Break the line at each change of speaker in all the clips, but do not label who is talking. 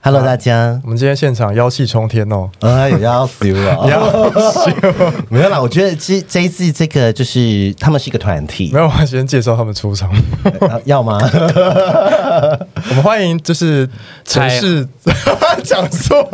Hello 大家，
我们今天现场妖气冲天哦，
哎呦 要死我！没有啦，我觉得这这一次这个就是他们是一个团体
没，有，我先介绍他们出 场。
呃要 吗？
我们欢迎就是城市 讲错，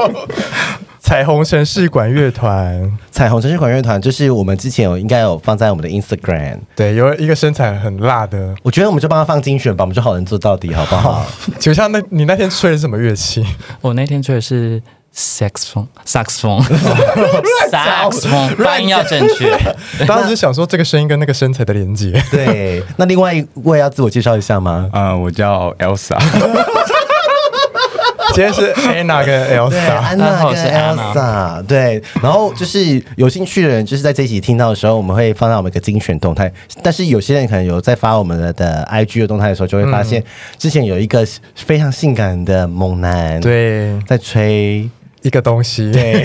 彩虹城市管乐团。
彩虹城市管乐团就是我们之前有应该有放在我们的 Instagram，
对，有一个身材很辣的，
我觉得我们就帮他放精选吧，我们就好人做到底，好不好？
就像那你那天吹的是什么乐 器？
我那天吹的是 saxophone saxophone saxophone，发音要正确。
当时想说这个声音跟那个身材的连接。
对，那另外一位要自我介绍一下吗？
嗯，我叫 Elsa，
今天是 Anna 跟
对，
Elsa。
安娜
然后
跟
是安娜
Elsa，对，然后就是有兴趣的人，就是在这一集听到的时候，我们会放到我们一个精选动态。但是有些人可能有在发我们的的 IG 的动态的时候，就会发现之前有一个非常性感的猛男，，
对，
在吹，
一个东西。
对，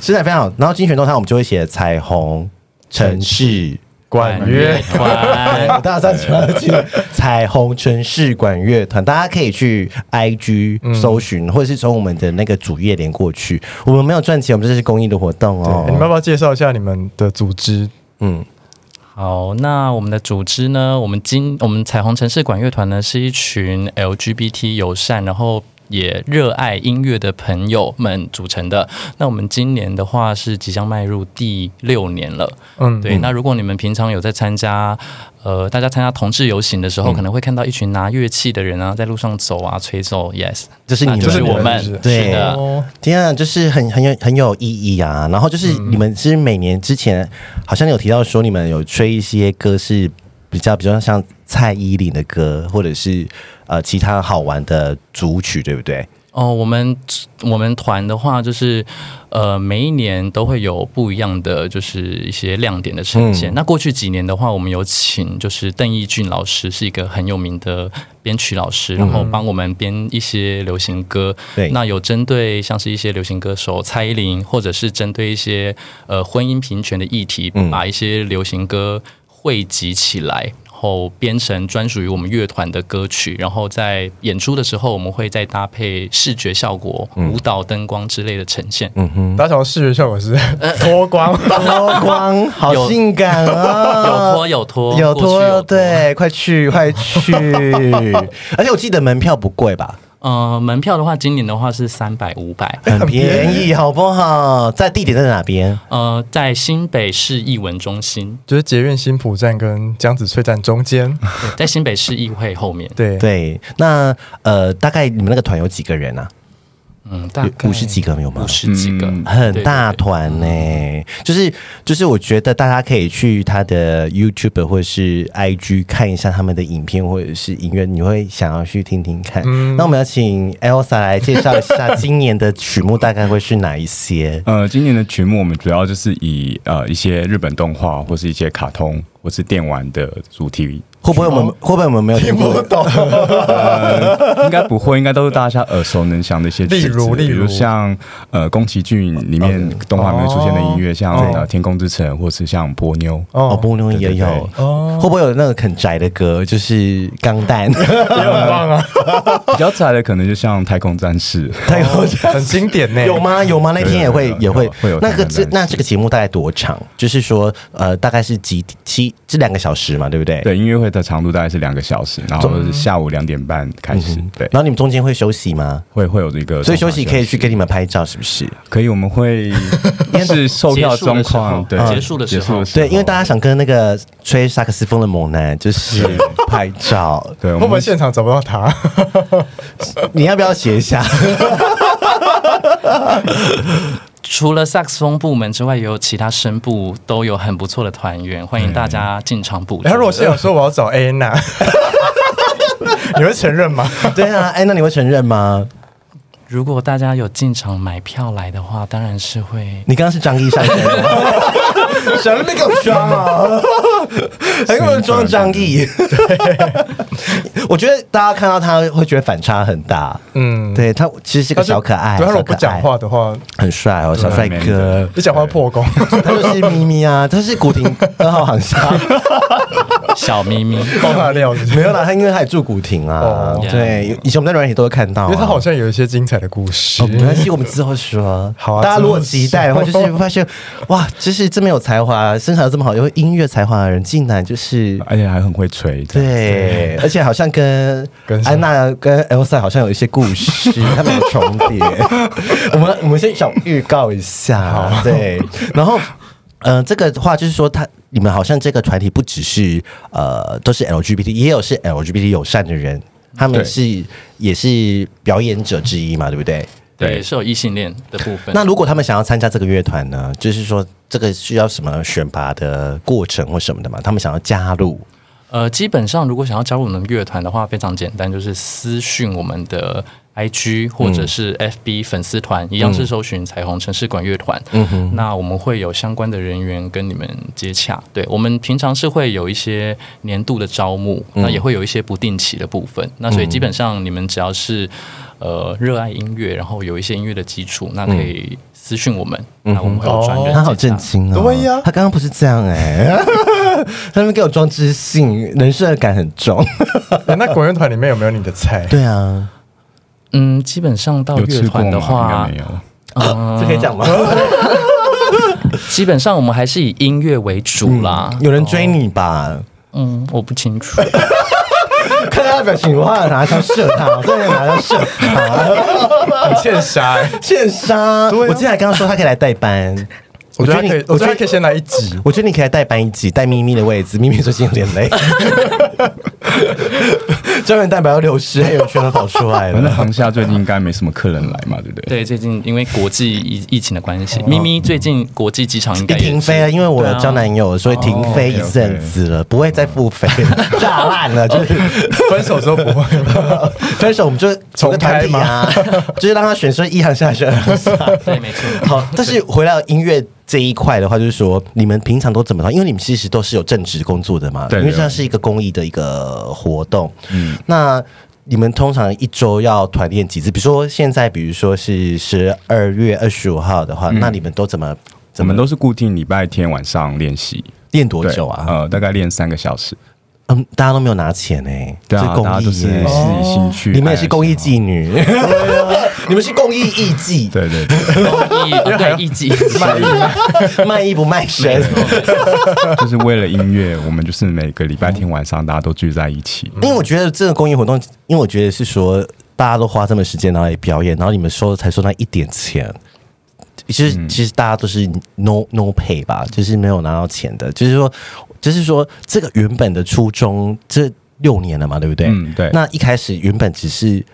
身材非常好。然后精选动态我们就会写彩虹城市。
管乐
对
团
哎我大三喜欢去彩虹城市管乐团，大家可以去
嗯
IG 搜寻，或者是从我们的那个主页连过去。我们没有赚钱，我们这是公益的活动
对， 你们要
哦。
不要介绍一下你们的组织？
嗯，
好，那我们的组织呢？我们今我们彩虹城市管乐团呢，是一群 LGBT 友善，然后也热爱音乐的朋友们组成的。那我们今年的话是即将迈入第六年了。
嗯，
对，那如果你们平常有在参加，呃，大家参加同志游行的时候，可能会看到一群拿乐器的人啊，在路上走啊，吹奏，yes，
这是你
那
们，
就是
你
我
们
们
是不是，
对
是的，
哦，
天啊，就是很很有很有意义啊。然后就是
嗯
你们是每年之前好像有提到说你们有吹一些歌是比较比较像蔡依林的歌，或者是呃其他好玩的组曲，对不对？
哦，我们我们团的话，就是呃，每一年都会有不一样的，就是一些亮点的呈现。那过去几年的话，我们有请就是邓义俊老师，是一个很有名的编曲老师，然后帮我们编一些流行歌。
对
那有针对像是一些流行歌手蔡依林，或者是针对一些呃婚姻平权的议题，
嗯
把一些流行歌汇集起来。然后编成专属于我们乐团的歌曲，然后在演出的时候，我们会再搭配视觉效果、舞蹈、灯光之类的呈现。
嗯哼。
大家想视觉效果 是脱光，
脱光，好
有
性感啊！
有脱有脱
有
过去有脱
对，快去快 去！而且我记得门票不贵吧，
呃，门票的话，今年的话是三百、五百。
很便宜，好不好？在地点在哪边？
呃，在新北市艺文中心，
就是捷运新浦站跟江子翠站中间。
对在新北市议会后面。
对，
对，那呃，大概你们那个团有几个人啊？
嗯，大概
有五十几个有吗
五？十几个，
嗯
很大
对对对
团呢、就是就是，我觉得大家可以去他的 YouTube 或者是 IG 看一下他们的影片或者是音乐，你会想要去听听看。那我们要请 Elsa 来介绍一下今年的曲目大概会是哪一些？
呃，今年的曲目我们主要就是以呃一些日本动画或是一些卡通或是电玩的主题，
会不会我们会不会我们没有听过？
懂。
呃，应该不会，应该都是大家耳熟能详的一些曲子，
例如例如
比像呃宫崎骏里面动画里面出现的音乐，像
哦
呃天空之城或是像波妞，
哦，
哦，
波妞也有
对对，
哦
会不会有那个很宅的歌？就是钢弹，
也很棒 啊，
比较窄的可能就像太空战士，
太有
很经典呢。
有？吗？有吗？那天也会
有有有
也会
会有
那个
钢弹
这
战士
那这个节目大概多长？就是说呃，大概是几七这两个小时嘛，对不对？
对，音乐会的长度大概是两个小时，然后是下午两点半开始，对，
然后你们中间会休息吗？
会会有这个，
嗯所以休息可以去给你们拍照，是不是？
可以，我 们会因是售票状况，对，
结束的时候
结束的
对，因为大家想跟那个吹萨克斯风的猛男就是拍照，
对，我
会不会
们
现场找不到他？
你要不要写 一下？
除了萨克斯风部门之外，也有其他声部都有很不错的团员，欢迎大家进场补助。
哎然后如果现场说我要找 Anna，你会承认吗？
对啊，哎，那你会承认吗？
如果大家有进场买票来的话，当然是会
你刚刚是张一上身吗，想那个装啊！还给我装张译。 我觉得大家看到他会觉得反差很大。嗯，对他其实是个
他就
小可爱，
对他如果
小可
不讲
爱
话的话，
很帅哦，小帅
蛮
哥。
一讲话破功。
他就是咪咪啊，他是古亭二号航厦，
小 咪咪，
爆他料子，
没有啦，他因为他也住古亭啊
哦。
对，以前我们在软体都会看到啊，
因为他好像有一些精彩的故事
哦，。没关系，我们之后说。
好啊
大家如果期待的话，就是发现哇，就是这么有才华、身材又这么好、有音乐才华的人，竟然就是
而且还很会吹。这样，
对，而且好像跟
跟什么
安娜跟 Elsa 好像有一些故事，他们有重叠。我们我们先小预告一下，对，然后。嗯、呃，这个的话就是说他，你们好像这个团体不只是呃都是 LGBT，也有是 LGBT 友善的人，他们
对
是也是表演者之一嘛，对不对？
对，
对
也是有异性恋的部分。
那如果他们想要参加这个乐团呢，就是说这个需要什么选拔的过程或什么的嘛？他们想要加入，
呃，基本上如果想要加入我们乐团的话，非常简单，就是私讯我们的 IG 或者是 FB 粉丝团，一样是搜寻彩虹城市管乐团。嗯哼，那我们会有相关的人员跟你们接洽。对我们平常是会有一些年度的招募，那也会有一些不定期的部分。那所以基本上你们只要是呃热爱音乐，然后有一些音乐的基础，那可以私讯我们，那我们会有专人接洽。
他好震惊哦！
哦对呀
他刚刚不是这样哎、 他们给我装知性，人设感很重。
哎那管乐团里面有没有你的菜？
对啊，
嗯，基本上到
有
乐
吃过
团的
吗？
话
应该 没，有。
这可以讲吗？
嗯
基本上我们还是以音乐为主啦。
有人追你吧？
嗯，我不清楚。
看他的表情，我好想拿枪射他， 我真的拿枪射他，
很欠杀欸。
现杀！
对啊
我之前还刚刚说他可以来代班，
我觉得他可以
你，
我觉得他可以先来一集。
我觉得你可以来代班一集，带咪咪的位置。咪咪最近有点 累，胶原蛋白要流失，黑眼圈都跑出来
反正
了。
航厦最近应该没什么客人来嘛，对不对？
对，最近因为国际疫疫情的关系，咪咪最近国际机场应
一
该也
停飞啊，因为我有交男友，所以停飞一阵子了，不会再复飞， 炸烂了，就是
分手之后不会 吗？
分手我们就
重开
嘛，啊 就是让他选说一航下选二 航
对，没错。
好，但是回到音乐这一块的话，就是说你们平常都怎么弄？因为你们其实都是有正职工作的嘛，
对
因为
对
这是一个公益的一个活动。嗯，那你们通常一周要团练几次？比如说现在，比如说是十二月二十五号的话，那你们都怎么
我
怎么
们都是固定礼拜天晚上练习，
练多
对
久啊？
呃，大概练三个小时。
嗯，大家都没有拿钱哎、
对
这
啊，
公
大家
益
都是
耶哦
自己兴趣。
你们也是公益
技，
妓女， 你们是公益艺妓，
对对对，
艺对艺伎，
卖艺卖艺不卖身。
就是为了音乐，我们就是每个礼拜天晚上大家都聚在一起。
因为我觉得这个公益活动，因为我觉得是说大家都花这么时间然后来表演，然后你们收才收那一点钱。其
嗯
实，其实大家都是 no no pay 吧，就是没有拿到钱的。就是说，就是说，这个原本的初衷，这六年了嘛，对不对？
嗯对
那一开始原本只是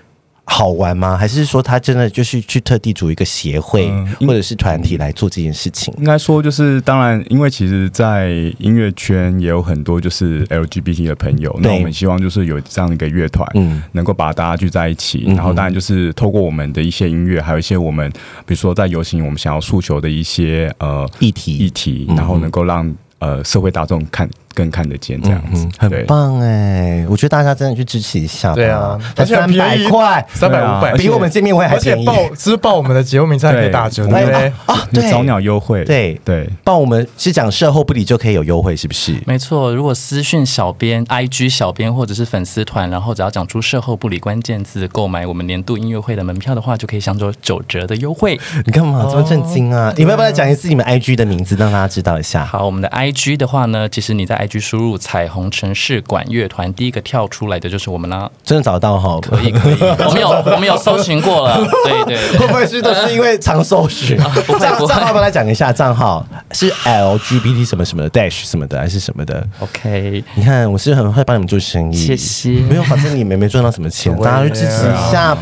好玩吗？还是说他真的就是去特地组一个协会、
嗯因
或者是团体来做这件事情？
应该说就是，当然，因为其实，在音乐圈也有很多就是 LGBT 的朋友，那
对
我们希望就是有这样一个乐团，
嗯
能够把大家聚在一起，然后当然就是透过我们的一些音乐，还有一些我们比如说在游行我们想要诉求的一些呃
议题嗯
议题，然后能够让呃社会大众看更看得见这样子，对
嗯很棒哎、我觉得大家真的去支持一下吧。
对啊，
才
而且
三
很
百
便宜
块，啊
三百五百，
比我们见面会还
而且
便宜
报只报我们的节目名称还可以打折，对
对
不对？
啊，
有
对，
早鸟优惠，
对
对，
帮我们是讲售后不理就可以有优惠，是不
嗯
是？
没错。如果私讯小编、IG 小编或者是粉丝团，然后只要讲出“售后不理”关键字，购买我们年度音乐会的门票的话，就可以享受九折的优惠。
你干
哦
嘛这么震惊啊？你们要不要来讲一次你们 IG 的名字，让大家知道一 下？
好，我们的 IG 的话呢，其实你在 IG 输入“彩虹城市管乐团”，第一个跳出来的就是我们啦。
真的找得到哈？
可以可以，我们有我们有搜寻过了，对对对
会不会是都是因为常搜 寻？
不会
账
不会
账号帮他讲一下，账号是 LGBT 什么什么的 dash 什么的还是什么的？
，OK，
你看，我是很会帮你们做生意，
谢谢
没有，反正你们没赚到什么钱，
对
大家就支持一下呃
艺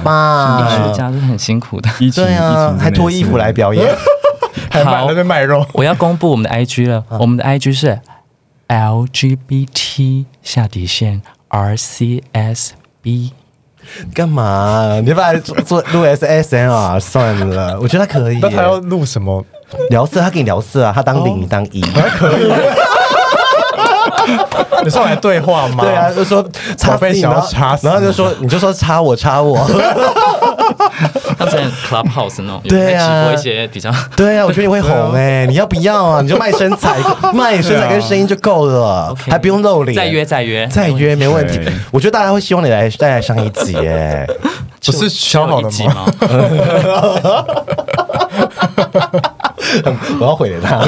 术
吧。
家是啊很辛苦的。
疫情
对
疫
啊
情，
还脱衣服来表演，
还卖
好
那边卖肉，
我要公布我们的 IG 了，
啊
我们的 IG 是 LGBT 下底线 RCSB。
干嘛？你要不要来做做录 S S N R 算了？我觉得他可以耶。
那他要录什么？
聊色，他给你聊色啊，他当零、你当一，
可以，你说我来对话吗？
对啊，就说插
宝贝
自己
想要
然后
插死
然后就说你就说插我插我，
他在 Clubhouse 那种，有
对啊
在直播一些比较
对啊，我觉得你会红哎、你要不要啊？你就卖身材，卖身材跟声音就够了，
OK
还不用露脸。
再约再约
啊再约没问题
对。
我觉得大家会希望你来再来上一集哎、
不是
只
敲好
有一
了
集
吗？
吗？
我要毁了他。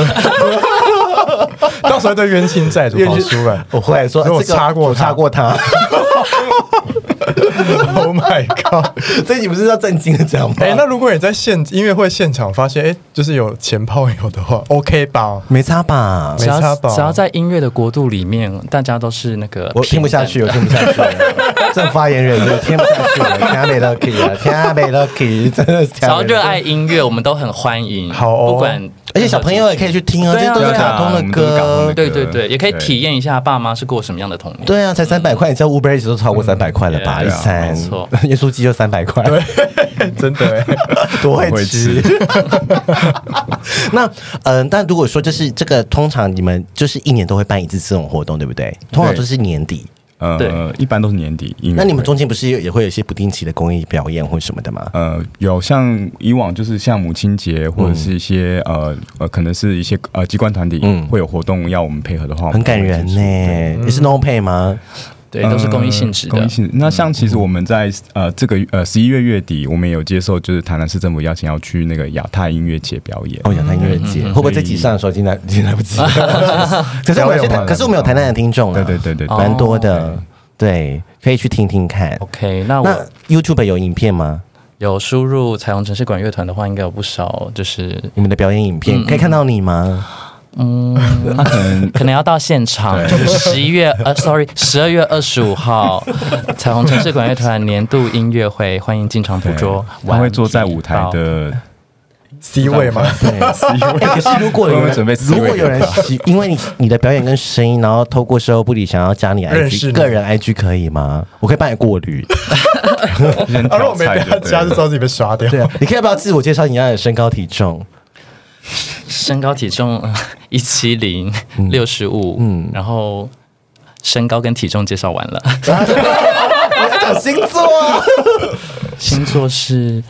到时候对冤亲债主跑出来
我会说
如果
这个
插过
我
他
插过他。
，Oh my god！
所以你不是要震惊的讲吗？
哎、那如果你在现音乐会现场发现，哎、就是有前炮友的话，OK 吧？
没差吧？
没
只要
差吧
只要在音乐的国度里面，大家都是那个
我听不下去，
平
我听不下去了。这发言人我听不下去了，天没 lucky 啊，天没 lucky，真的是天
等的。只要
没 lucky
热爱音乐，我们都很欢迎。
好哦
不管
而且小朋友也可以去听啊，这
对
些
啊
都是
对啊
卡通
我
的
们都是卡通
歌
的。
对对对，也可以
对
体验一下爸妈是过什么样的童年。
对啊，才三百块，你知道 Uber Eats 都超过三百块了吧？一
嗯对
啊
餐
没 错，
盐酥鸡就三百块，哎
真的、欸，
多
很
会
会
吃。那嗯、但如果说就是这个，通常你们就是一年都会办一次这种活动，对不对？通常都是年底。
呃
对，
一般都是年底音乐会。
那你们中间不是也会有一些不定期的公益表演或什么的吗？
呃，有像以往就是像母亲节或者是一些、呃呃，可能是一些呃机关团体
嗯
会有活动要我们配合的话，我们
很感人欸
会接
呢、
触
也
嗯
是 No Pay 吗？
对，都
嗯
是公益性质
公
的
益。性质。那像其实我们在呃这个呃十一月月底，我们也有接受就是台南市政府邀请要去那个亚太音乐节表演。
哦，亚太音乐
嗯
节会不会这集上的时候已经来已经来不及了？ 可是我们有些台，可是我们有台南的听众啊，
对对对对对
蛮
哦
多的，对，可以去听听看。
OK，那哦
那
我
YouTube 有影片吗？
有输入彩虹城市管乐团的话，应该有不少，就是
你们的表演影片可以看到你吗？
嗯，
他可 能
可能要到现场，就是十一月呃，sorry，十二月二十五号，彩虹城市管乐团年度音乐会，欢迎进场捕捉。
他会坐在舞台
晚一
的
C 位 吗？
哎可 是如果有
我
人
们准备四
如
位
果有人喜，因为你你的表演跟声音，然后透过售后不理想要加你
认识
IG
你
个人 IG 可以吗？我可以帮你过滤。
人
啊，如果
挑
没
菜
被他
的，
加，就知道自己被刷掉。
对啊，你可以要不要自我介绍你的身高体重？
报身高体重一七零六十五，嗯，然后身高跟体重介绍完了，
我要讲星座啊！
星座是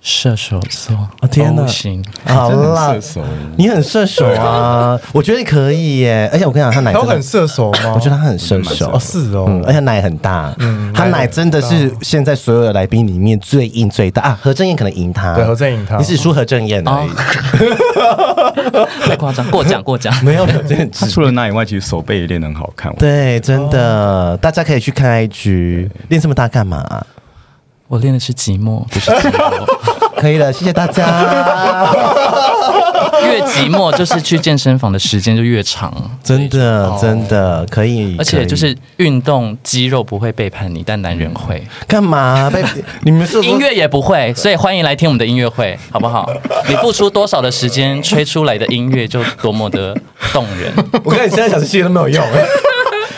射手座，
哦天哪
O 型，
好啦
射，手
你很射手啊， 我觉得你可以耶。而且我跟你讲，他奶
他
真
很
的，
射手吗？
我觉得他很射手
哦，。是哦，
嗯，而且奶很大，嗯，他奶真的是现在所有的来宾里面最硬最大啊！何正啊燕可能赢他，
对何正赢他
你只输何正燕而已，
太夸张，过奖过奖。
没 有何正燕
他除了那以外，其实手背也练得很好看。
对，真的，大家可以去看 IG，练这么大干嘛？
我练的是寂寞，不是寂寞。
可以了，谢谢大家。
越寂寞就是去健身房的时间就越长，
真的，真的可以，可
而且
以
就是运动肌肉不会背叛你，但男人会，
干嘛被你们是
音乐也不会，所以欢迎来听我们的音乐会，好不 好？你付出多少的时间，吹出来的音乐就多么的动 人。？
我看你现在讲这些都没有用，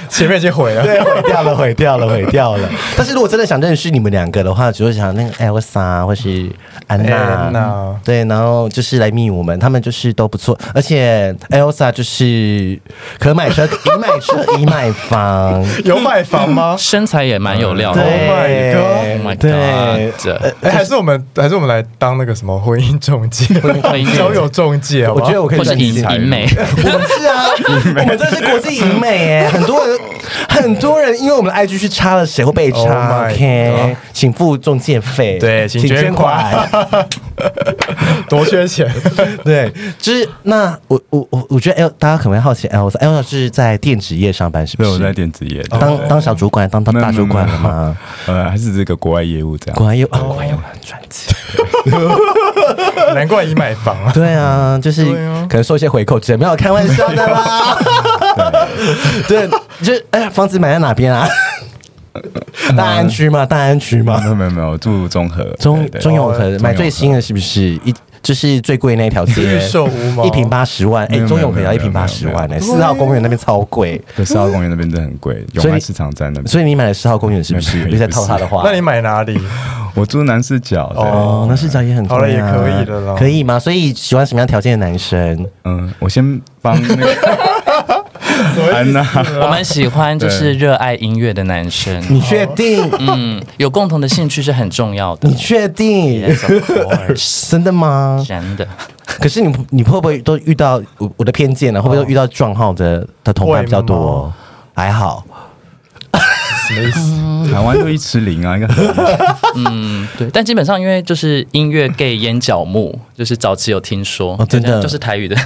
前面已经毁了。
对，毁掉了，毁掉了，毁掉了。但是如果真的想认识你们两个的话，只会想那个艾薇莎或是安
安
娜
娜，
对，然后就是来密我们，他们就是都不错，而且艾薇莎就是可买车，可以买车，以买房。
有买房吗
身材也蛮有料的。
对
Oh
my god
对，
这
哎、还是我们，还是我们来当那个什么婚姻中介、
婚姻中介
交友中介好
我
不好？
觉得我可以
或者
赚
银
钱
银美，
我们是啊，我们真的是国际影美哎，很多人很多人因为我们的 IG 去插了谁会被
Oh
插
my
？OK，请付中介费，
对请
请捐
捐
款
款。多缺 钱，
对，就是那我我我我觉得 L 大家可能会好奇 L L 是在电子业上班是不
对，我在嗯
是？
电子业，
当当小主管，当当
没有
啊大主管了？
没有没
吗？
有呃，还是这个国外业务这样。
果然又啊，果然又很赚钱。
难怪你买房啊！
对啊，就是
对啊
可能收一些回扣之类，没有开玩笑的 啦。对，就是哎，房子买在哪边啊？大安区吗？大安区吗
没？有没有没有，住综合
中
嗯对对
中永和
中
买最新的是不是一？就是最贵那条街，
预售屋吗
一平八十万，哎、
没有
中永和
没有
要一
没有
平八十万
没
哎、四号公园那边超贵，
对四号公园那边真的很贵，
所以
永安市场站那边。
所以你买了四号公园是不
没有
是？
没
你
有
在套他的话，
那你买哪里？
我住南市角，对，
哦，那市长也很贵、啊，
好了也可以的啦
可
哦
以吗？所以喜欢什么样条件的男生？
嗯，我先帮那个安 娜，
我们喜欢就是热爱音乐的男生，
你确定？
嗯，有共同的兴趣是很重要的
你。确定？
Yes, of course，
真的吗？
真的。
可是你你会不会都遇到我我的偏见呢、啊会不会
哦
都遇到壮号的的同伴比较
会
多？还好，
什么意思？
台湾就一吃零啊，应该很
嗯，对，但基本上因为就是音乐 gay 烟角木，就是早期有听说，
哦真的
就这样就是台 语的，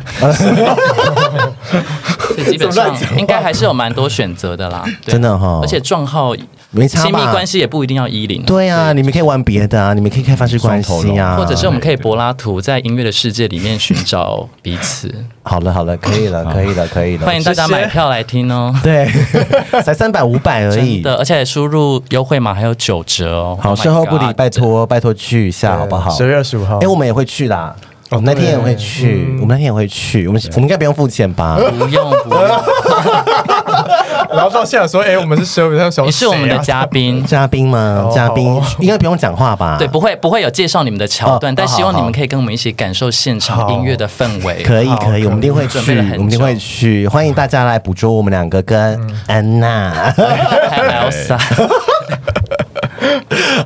所以基本上应该还是有蛮多选择的啦，对
真的哈
而且撞号
没差吧
亲密关系也不一定要一零，
对啊，你们可以玩别的啊，你们可以开放式关
双头
系
龙
啊，
或者是我们可以柏拉图在音乐的世界里面寻找彼此，
好了好了，可以了可以了可以了，
欢迎大家
谢谢
买票来听哦。
对， 才三百五百而
真
已。
的，而且输入优惠码还有九折哦。
好，
Oh my
售后不理，
God
拜。托拜托去一下好不好？
十月二十五号。
哎、我们也会去啦。
哦
我们那天也会去，
嗯
我们那天也会去，我们我们应该不用付钱 吧？
不用不用，
然后到现场说，哎，我们是十二月啊三十
你是我们的嘉宾，
嘉宾吗？
哦
嘉宾
哦
应该不用讲话吧？
对，不会不会有介绍你们的桥
啊
段，
哦
但
好
希望
好
你们可以跟我们一起感受现场
好
音乐的氛围。
可以
好
可以，我们一定会去，
准备了很久
我们一定会去，欢迎大家来捕捉我们两个跟
嗯
安娜。
还有 Elsa，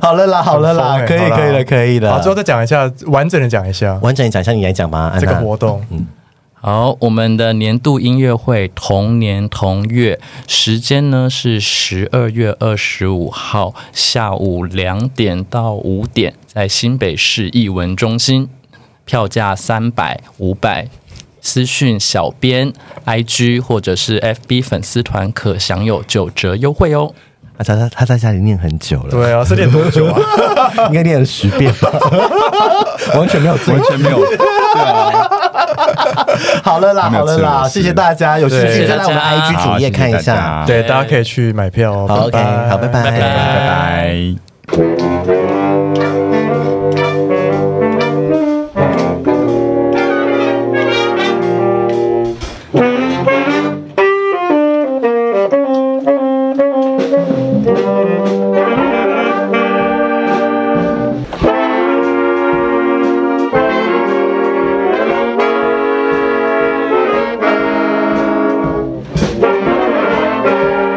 好了啦，好了啦，
很
可
疯欸
以
好啦
可以了，可以
好，
了
最。后再讲一下，完整的讲一下
完整讲一下，你来讲吧，安
这个
娜。
活动。
好，我们的年度音乐会《同年同月》，时间呢是十二月二十五号下午两点到五点，在新北市艺文中心，票价三百、五百。私讯小编、IG 或者是 FB 粉丝团可享有九折优惠哦。
啊他在他在家里念很久了，
对啊，是练多久啊？
嗯应该念了十遍 吧，完全没有
完
醉。
全没有。
好了啦，
还没
好
有
了
吃
啦，
螺丝
谢谢大家，有兴
对
趣再来我们的 IG
谢谢大家
主页看一
好谢谢大
下
家。
对，大家可以去买票哦。
好，OK，好，拜拜，
拜
拜
拜
拜。
Thank